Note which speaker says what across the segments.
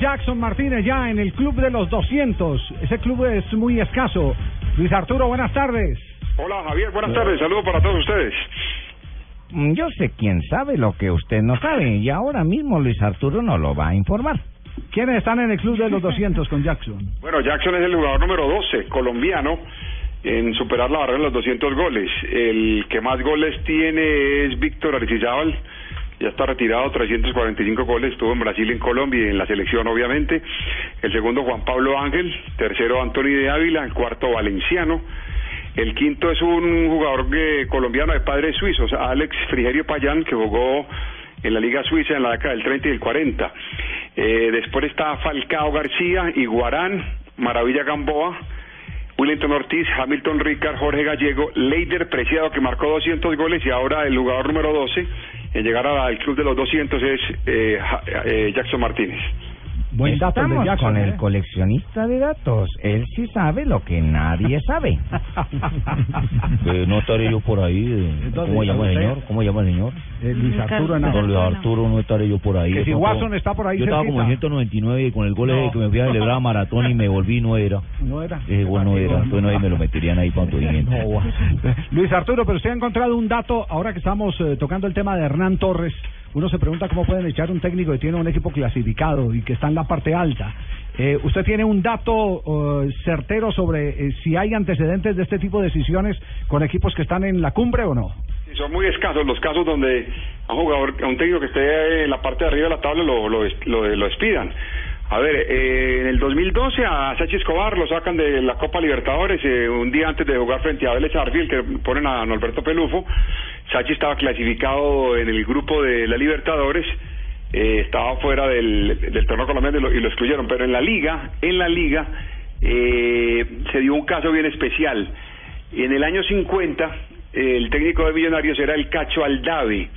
Speaker 1: Jackson Martínez ya en el club de los 200. Ese club es muy escaso. Luis Arturo, buenas tardes.
Speaker 2: Hola Javier, buenas tardes, saludos para todos ustedes.
Speaker 3: Mm, Yo sé quién sabe lo que usted no sabe y ahora mismo Luis Arturo no lo va a informar.
Speaker 1: ¿Quiénes están en el club de los 200 con Jackson?
Speaker 2: Bueno, Jackson es el jugador número 12 colombiano en superar la barrera de los 200 goles. El que más goles tiene es Víctor Aristizábal, ya está retirado, 345 goles, estuvo en Brasil, en Colombia y en la selección obviamente. El segundo Juan Pablo Ángel, tercero Anthony de Ávila, el cuarto Valenciano. El quinto es un jugador eh, colombiano de padres suizos, Alex Frigerio Payán, que jugó en la Liga Suiza en la década del 30 y del 40. Eh, después está Falcao García, Iguarán, Maravilla Gamboa, Willington Ortiz, Hamilton Ricard, Jorge Gallego, Leider Preciado, que marcó 200 goles y ahora el jugador número 12 en llegar a la- al club de los 200 es eh, Ja- eh, Jackson Martínez.
Speaker 1: Buen dato el de
Speaker 3: Estamos
Speaker 1: Jackson,
Speaker 3: con
Speaker 1: ¿eh?
Speaker 3: el coleccionista de datos. Él sí sabe lo que nadie sabe.
Speaker 4: Eh, no estaré yo por ahí. eh,
Speaker 1: Entonces,
Speaker 4: ¿Cómo llama el
Speaker 1: ¿usted?
Speaker 4: señor? ¿Cómo llama el señor?
Speaker 1: Eh, Luis Arturo en
Speaker 4: Don Luis Arturo, no estaré yo por ahí.
Speaker 1: Que si
Speaker 4: Eso no
Speaker 1: Watson
Speaker 4: puedo.
Speaker 1: está por ahí
Speaker 4: Yo estaba
Speaker 1: cerquita.
Speaker 4: como en 199 y con el gol
Speaker 1: No.
Speaker 4: ese que me fui a celebrar a maratón y me volví, no era.
Speaker 1: No era.
Speaker 4: Ese gol Eh, no era. Entonces nadie me lo meterían ahí para autodimiento.
Speaker 1: Luis Arturo, pero usted ha encontrado un dato, ahora que estamos eh, tocando el tema de Hernán Torres, uno se pregunta cómo pueden echar un técnico que tiene un equipo clasificado y que está en la parte alta. Eh, ¿Usted tiene un dato eh, certero sobre eh, si hay antecedentes de este tipo de decisiones con equipos que están en la cumbre o no?
Speaker 2: Sí, son muy escasos los casos donde a un jugador, a un técnico que esté en la parte de arriba de la tabla lo, lo, des- lo, lo despidan. A ver, eh, en el 2012 a Sachi Escobar lo sacan de la Copa Libertadores eh, un día antes de jugar frente a Vélez Arfield, que ponen a Norberto Pelufo. Sachi estaba clasificado en el grupo de la Libertadores, eh, estaba fuera del, del torneo colombiano y lo, y lo excluyeron. Pero en la liga, en la liga, eh, se dio un caso bien especial. En el año 50, el técnico de Millonarios era el Cacho Aldavi.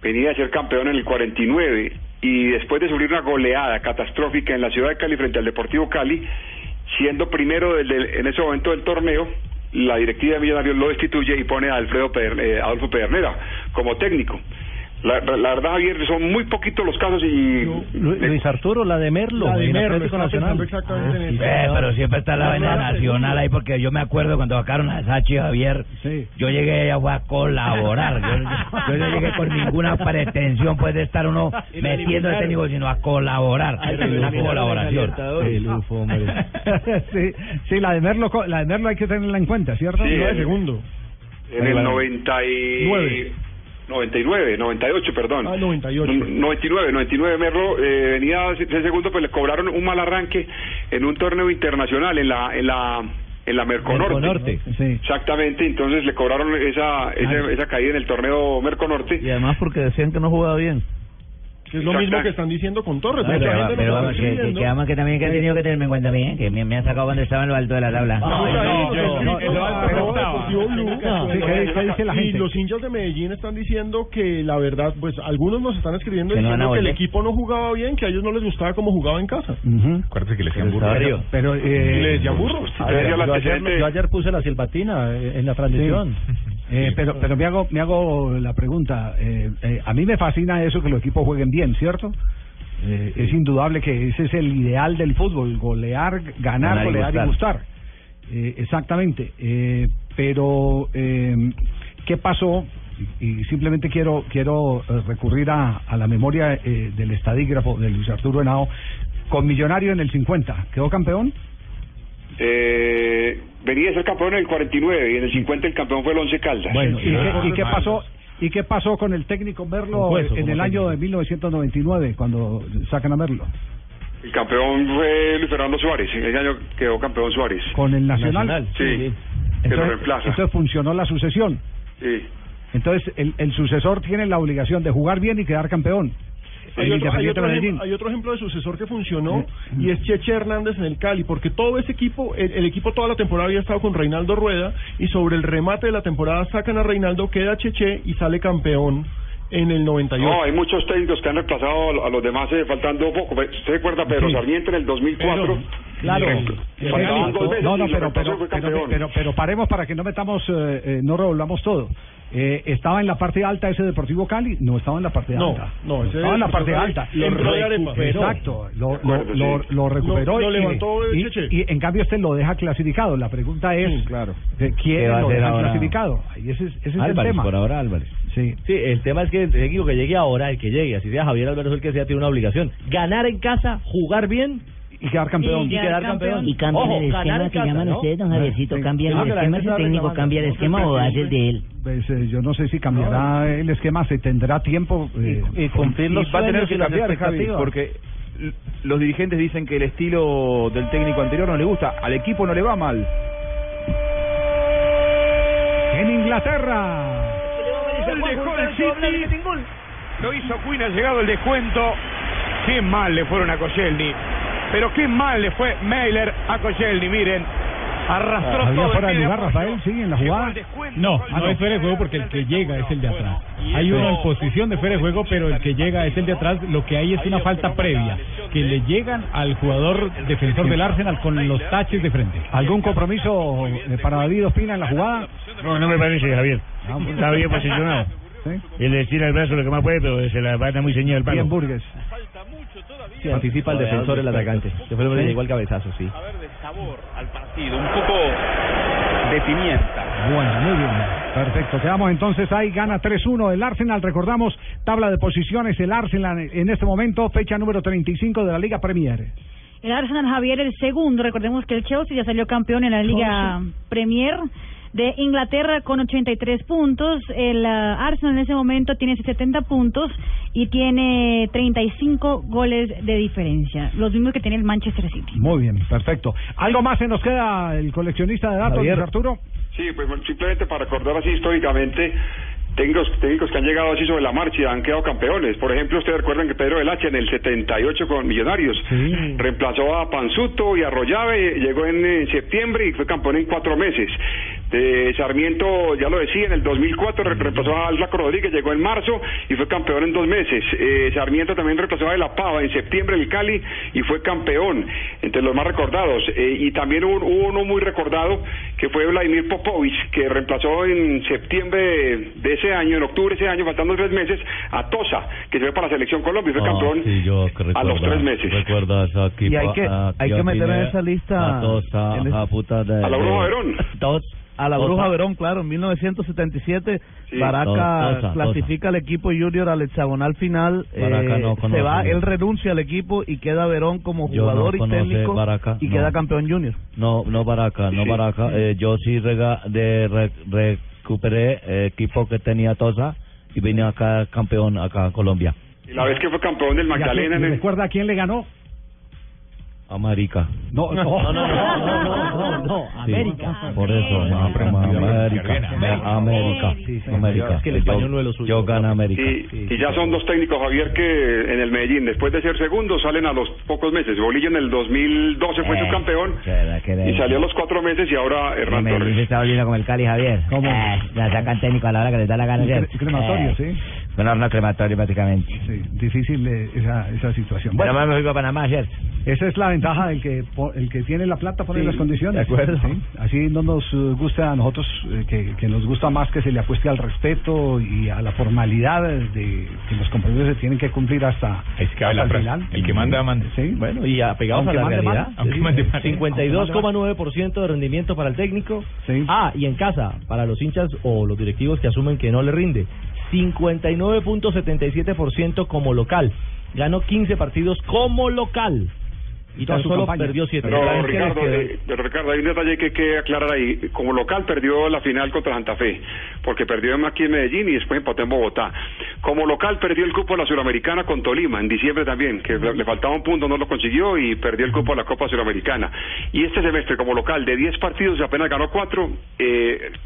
Speaker 2: Venía a ser campeón en el 49 y después de sufrir una goleada catastrófica en la ciudad de Cali frente al Deportivo Cali, siendo primero del- del- en ese momento del torneo, la directiva de Millonarios lo destituye y pone a Alfredo Peder- eh, Adolfo Pedernera como técnico. La, la verdad, Javier, son muy poquitos los casos y...
Speaker 4: Arturo, la de Merlo.
Speaker 1: La de en Merlo, Atlético está Nacional. pensando exactamente en eso.
Speaker 4: Eh, pero siempre está la vaina
Speaker 1: Claro,
Speaker 4: nacional ahí porque yo me acuerdo cuando sacaron a Sachi Javier.
Speaker 1: Sí.
Speaker 4: Yo llegué a, a colaborar. Yo, yo no llegué con ninguna pretensión pues de estar uno metiendo el técnico, sino a colaborar. Una colaboración.
Speaker 1: sí, sí, la de Merlo, co- la de Merlo hay que tenerla en cuenta, ¿cierto?
Speaker 2: Sí,
Speaker 1: No,
Speaker 2: el-
Speaker 1: segundo.
Speaker 2: En el 99. 99, 98, perdón.
Speaker 1: Ah, 98.
Speaker 2: No- 99, 99 Merlo eh, venía ese segundo, pues le cobraron un mal arranque en un torneo internacional en la en la en la Merconorte.
Speaker 4: Merconorte.
Speaker 1: Sí.
Speaker 2: Exactamente, entonces le cobraron esa esa, esa caída en el torneo Merconorte.
Speaker 4: además porque decían que no jugaba bien.
Speaker 5: Que es lo
Speaker 2: Exacta-
Speaker 5: mismo que están diciendo con Torres.
Speaker 4: pero, pero,
Speaker 5: mucha gente no lo
Speaker 4: vamos,
Speaker 5: está
Speaker 4: que, que,
Speaker 5: recibiendo.
Speaker 4: que vamos, que también que han tenido que tenerme en cuenta a mí, ¿eh? que me, me han sacado cuando estaba en lo alto de la tabla.
Speaker 5: Ay,
Speaker 1: no,
Speaker 5: yo-
Speaker 1: no,
Speaker 5: yo-
Speaker 1: no,
Speaker 5: yo-
Speaker 1: pero-
Speaker 5: yo- yo- yo- yo-
Speaker 1: Sí, ¿qué- qué dice la
Speaker 5: Y
Speaker 1: gente?
Speaker 5: los hinchas de Medellín están diciendo que la verdad, pues algunos nos están escribiendo
Speaker 4: Que no van a
Speaker 5: diciendo que el
Speaker 4: volver.
Speaker 5: equipo no jugaba bien, que a ellos no les gustaba cómo jugaba en casa.
Speaker 4: Acuérdate que le decían burro.
Speaker 1: Pero, eh,
Speaker 5: Les decía burros.
Speaker 2: Entonces, ya el antecedente-
Speaker 4: puse la silbatina en la
Speaker 1: transmisión. Eh, pero pero me hago me hago la pregunta eh, eh, a mí me fascina eso que los equipos jueguen bien cierto Eh, es indudable que ese es el ideal del fútbol golear ganar,
Speaker 4: Ganar y
Speaker 1: golear y
Speaker 4: gustar.
Speaker 1: gustar Eh, exactamente eh, pero eh, qué pasó y y simplemente quiero quiero eh, recurrir a, a la memoria eh, del estadígrafo de Luis Arturo Henao con Millonario en el 50 quedó campeón
Speaker 2: eh, venía a ser campeón en el 49 y en el 50 el campeón fue el 11 Caldas.
Speaker 1: Bueno, ¿y,
Speaker 2: Sí,
Speaker 1: qué,
Speaker 2: claro.
Speaker 1: y qué pasó? ¿Y qué pasó con el técnico Merlo en el año de 1999 cuando sacan a Merlo?
Speaker 2: El campeón fue Luis Fernando Suárez, en ese año quedó campeón Suárez.
Speaker 1: Con el Nacional.
Speaker 2: Sí, que lo
Speaker 1: Entonces,
Speaker 2: reemplaza.
Speaker 1: entonces funcionó la sucesión.
Speaker 2: Sí.
Speaker 1: Entonces el, el sucesor tiene la obligación de jugar bien y quedar campeón.
Speaker 5: Hay
Speaker 1: el
Speaker 5: otro, hay,
Speaker 1: Independiente
Speaker 5: otro
Speaker 1: Medellín.
Speaker 5: ejem- hay otro ejemplo de sucesor que funcionó y es Cheche Hernández en el Cali, porque todo ese equipo, el, el equipo toda la temporada había estado con Reinaldo Rueda y sobre el remate de la temporada sacan a Reinaldo, queda Cheche y sale campeón en el 98.
Speaker 2: No, hay muchos técnicos que han reemplazado a lo- a los demás eh, faltando poco. Pues, ¿Usted recuerda a Pedro Sarmiento en el 2004?
Speaker 1: Claro.
Speaker 2: Que faltaban dos veces
Speaker 1: No, no,
Speaker 2: y lo
Speaker 1: pero, pero,
Speaker 2: reemplazó, fue
Speaker 1: pero,
Speaker 2: campeón.
Speaker 1: pero- pero paremos para que no metamos, eh, eh, no revolvamos todo. Eh, ¿Estaba en la parte alta ese Deportivo Cali? No, estaba en la parte
Speaker 5: No,
Speaker 1: alta.
Speaker 5: no, ese
Speaker 1: estaba en la parte
Speaker 5: Deportivo
Speaker 1: alta.
Speaker 5: Cali lo entró de arepa.
Speaker 1: Exacto, lo, lo-
Speaker 2: acuerdo,
Speaker 1: lo-
Speaker 2: sí.
Speaker 1: lo recuperó.
Speaker 5: Lo- lo
Speaker 1: y-
Speaker 5: levantó el
Speaker 1: y,
Speaker 5: Cheche.
Speaker 1: y en cambio este lo deja clasificado. La pregunta es,
Speaker 5: Sí,
Speaker 1: claro.
Speaker 3: ¿Qué
Speaker 1: ¿quién
Speaker 3: va a
Speaker 1: lo
Speaker 3: hacer
Speaker 1: deja
Speaker 3: ahora?
Speaker 1: clasificado? Ahí ese, es- ese es el
Speaker 3: Álvarez,
Speaker 1: tema.
Speaker 3: por ahora Álvarez.
Speaker 1: Sí.
Speaker 6: Sí, el tema es que el equipo que llegue ahora, el que llegue, así sea Javier Alberto el que sea, tiene una obligación. Ganar en casa, jugar bien
Speaker 1: Y quedar campeón.
Speaker 6: y quedar campeón.
Speaker 7: Y cambian
Speaker 6: Ojo,
Speaker 7: el
Speaker 6: ganar
Speaker 7: esquema
Speaker 6: en
Speaker 7: que
Speaker 6: casa,
Speaker 7: llaman
Speaker 6: ¿no?
Speaker 7: ustedes,
Speaker 4: Ah,
Speaker 7: don Javiercito.
Speaker 1: Sí.
Speaker 7: ¿Cambian
Speaker 6: Yo
Speaker 7: el
Speaker 6: creo que la gente
Speaker 7: esquema ese
Speaker 6: está
Speaker 7: técnico?
Speaker 6: reclamando.
Speaker 7: ¿Cambia el esquema o haces de él?
Speaker 1: Pues, eh, yo no sé si cambiará el esquema, se tendrá tiempo. eh,
Speaker 8: y cumplir los
Speaker 6: va a tener
Speaker 8: sueños
Speaker 6: que
Speaker 8: y las
Speaker 6: cambiar, Javi,
Speaker 8: expectativas.
Speaker 6: porque
Speaker 8: L- los dirigentes dicen que el estilo del técnico anterior no le gusta, al equipo no le va mal.
Speaker 1: En Inglaterra.
Speaker 8: Lo hizo Quinn al llegado el descuento. Qué mal le fueron a Koscielny. Pero qué mal le fue Mailer a Koscielny, miren. Arrastró
Speaker 9: Ah,
Speaker 1: Había
Speaker 8: todo
Speaker 1: fuera de
Speaker 8: medio
Speaker 1: lugar,
Speaker 8: apoyo.
Speaker 1: Rafael, sí, en la
Speaker 8: Llegó
Speaker 1: jugada.
Speaker 8: al descuento,
Speaker 9: No, ah,
Speaker 8: gol
Speaker 9: no
Speaker 8: de
Speaker 9: es fuera de juego
Speaker 8: Mailer,
Speaker 9: porque el que
Speaker 8: del
Speaker 9: llega es el de atrás.
Speaker 8: Bueno, y
Speaker 9: Hay
Speaker 8: eso-
Speaker 9: uno en posición de fuera de juego, pero el que llega es el de atrás. Lo que hay es una falta previa, que le llegan al jugador defensor del Arsenal con los taches de frente.
Speaker 1: ¿Algún compromiso eh, para David Ospina en la jugada? Ah,
Speaker 3: No, no me parece, Javier. Está bien posicionado.
Speaker 1: Sí.
Speaker 3: Él le tira el brazo lo que más puede, pero se la pata muy ceñida al
Speaker 1: Bien,
Speaker 3: palo.
Speaker 1: Burgues.
Speaker 6: participa el defensor, el atacante. Que fue lo que le llegó al cabezazo, sí.
Speaker 1: Bueno, muy bien. Perfecto. Quedamos entonces ahí. Gana 3-1 el Arsenal. Recordamos, tabla de posiciones. El Arsenal en este momento, fecha número 35 de la Liga Premier.
Speaker 10: El Arsenal Javier el segundo, recordemos que el Chelsea ya salió campeón en la Liga Premier de Inglaterra con 83 puntos, el ah, Arsenal en ese momento tiene 70 puntos y tiene 35 goles de diferencia, los mismos que tiene el Manchester City.
Speaker 1: Muy bien, perfecto. ¿Algo más se nos queda el coleccionista de datos,
Speaker 3: Javier.
Speaker 1: Luis Arturo?
Speaker 2: Sí, pues bueno, simplemente para recordar así históricamente, técnicos, técnicos que han llegado así sobre la marcha y han quedado campeones. Por ejemplo, ustedes recuerdan que Pedro Velache en el 78 con Millonarios reemplazó a Panzuto y a Arroyave, llegó en, eh, septiembre y fue campeón en cuatro meses. De Sarmiento, ya lo decía, en el 2004 re- reemplazó a Álvaro Rodríguez, llegó en marzo y fue campeón en dos meses. Eh, Sarmiento también reemplazó a De La Pava en septiembre en el Cali y fue campeón, entre los más recordados. Eh, y también hubo, hubo uno muy recordado que fue Vladimir Popovich, que reemplazó en septiembre de- de ese año, en octubre de ese año, faltando tres meses, a Tosa, que se fue para la Selección Colombia
Speaker 6: Ah,
Speaker 4: Ah,
Speaker 2: y fue campeón a los tres meses.
Speaker 6: Y hay que, hay que meter en esa lista. en esa-
Speaker 2: A la Bruja Verón.
Speaker 6: a la Bruja Verón, claro, en 1977 Baraca clasifica al equipo junior al hexagonal final, eh, se va, él renuncia al equipo y queda Verón como jugador y técnico y queda campeón junior. No, no Baraca, no Baraca, eh, yo sí rega- de, re- recuperé eh, equipo que tenía Tosa y vine acá campeón acá a Colombia,
Speaker 2: Y la vez que fue campeón del
Speaker 1: ¿Y a quién-
Speaker 2: Magdalena. en el-
Speaker 1: ¿Recuerda a quién le ganó?
Speaker 6: a Marica.
Speaker 1: No, no, no,
Speaker 6: Sí, Por eso, ma- ma- América. ma- América.
Speaker 10: Sí,
Speaker 6: América. Yo, yo gano América.
Speaker 2: Y, y ya son dos técnicos, Javier, que en el Medellín, después de ser segundo, salen a los pocos meses. Bolillo en el 2012 fue
Speaker 3: Eh,
Speaker 2: su campeón
Speaker 3: será que era
Speaker 2: y
Speaker 3: él.
Speaker 2: salió a los cuatro meses y ahora Hernán
Speaker 3: Me
Speaker 2: Torres.
Speaker 3: dice está volviendo como el Cali, Javier.
Speaker 1: ¿Cómo?
Speaker 3: Eh, la sacan técnico a la hora que les da la gana.
Speaker 1: El cre-
Speaker 3: ¿cierto?
Speaker 1: crematorio,
Speaker 3: Eh,
Speaker 1: sí.
Speaker 3: Un horno crematorio, prácticamente.
Speaker 1: Sí, difícil eh, esa, esa situación.
Speaker 3: Bueno,
Speaker 1: Bueno,
Speaker 3: más me voy a Panamá, ¿cierto?
Speaker 1: esa es la ventaja del que po- el que tiene la plata pone
Speaker 3: Sí,
Speaker 1: las condiciones.
Speaker 3: de acuerdo.
Speaker 1: Sí, Así no nos eh, gusta a nosotros, eh, que, que nos gusta más que se le apueste al respeto y a la formalidad eh, de que los compromisos se tienen que cumplir hasta,
Speaker 9: Es que habla
Speaker 1: hasta
Speaker 9: frase, el que manda, manda.
Speaker 1: Sí.
Speaker 6: Bueno, y apegados a
Speaker 1: Aunque
Speaker 6: la
Speaker 1: mande
Speaker 6: realidad.
Speaker 1: mal,
Speaker 9: aunque mande mal.
Speaker 6: 52,9% de rendimiento para el técnico.
Speaker 1: Sí.
Speaker 6: Ah, y en casa, para los hinchas o los directivos que asumen que no le rinde. 59.77% como local. Ganó 15 partidos como local.
Speaker 7: y tan solo perdió siete.
Speaker 2: Pero
Speaker 7: ¿Saben qué les
Speaker 2: Ricardo,
Speaker 7: quedó?
Speaker 2: eh, pero Ricardo, hay un detalle que hay que aclarar ahí. Como local perdió la final contra Santa Fe, porque perdió en- aquí en Medellín y después empató en Bogotá. Como local perdió el cupo a la Suramericana con Tolima en diciembre también, que le le faltaba un punto, no lo consiguió y perdió el cupo a la Copa Suramericana. Y este semestre como local de 10 partidos apenas ganó 4,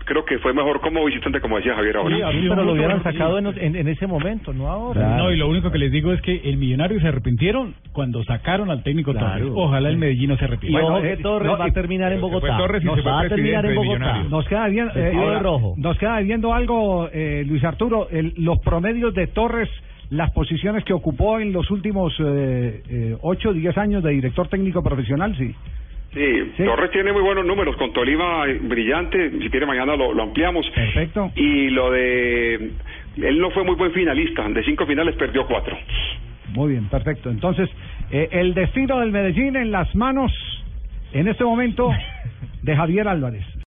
Speaker 2: creo que fue mejor como visitante, como decía Javier ahora.
Speaker 7: Sí, pero lo hubieran sacado en, en- en ese momento, no ahora.
Speaker 9: No, y lo único que les digo es que el millonario se arrepintieron cuando sacaron al técnico Torres. Ojalá el Medellín no se
Speaker 7: Y
Speaker 9: arrepienta.
Speaker 7: ojo que Torres va a terminar en Bogotá. No, va a terminar en Bogotá.
Speaker 1: Nos queda, bien,
Speaker 7: Se pide
Speaker 1: ahora,
Speaker 7: rojo.
Speaker 1: nos queda viendo algo, eh, Luis Arturo, el- los promedios de Torres, las posiciones que ocupó en los últimos eh, 8 o 10 años de director técnico profesional, sí.
Speaker 2: Sí, Torres tiene muy buenos números, con Tolima eh, brillante, si quiere mañana lo, lo ampliamos.
Speaker 1: Perfecto.
Speaker 2: Y lo de... Él no fue muy buen finalista, de cinco finales perdió cuatro.
Speaker 1: Muy bien, perfecto. Entonces, eh, el destino del Medellín en las manos, en este momento, de Javier Álvarez.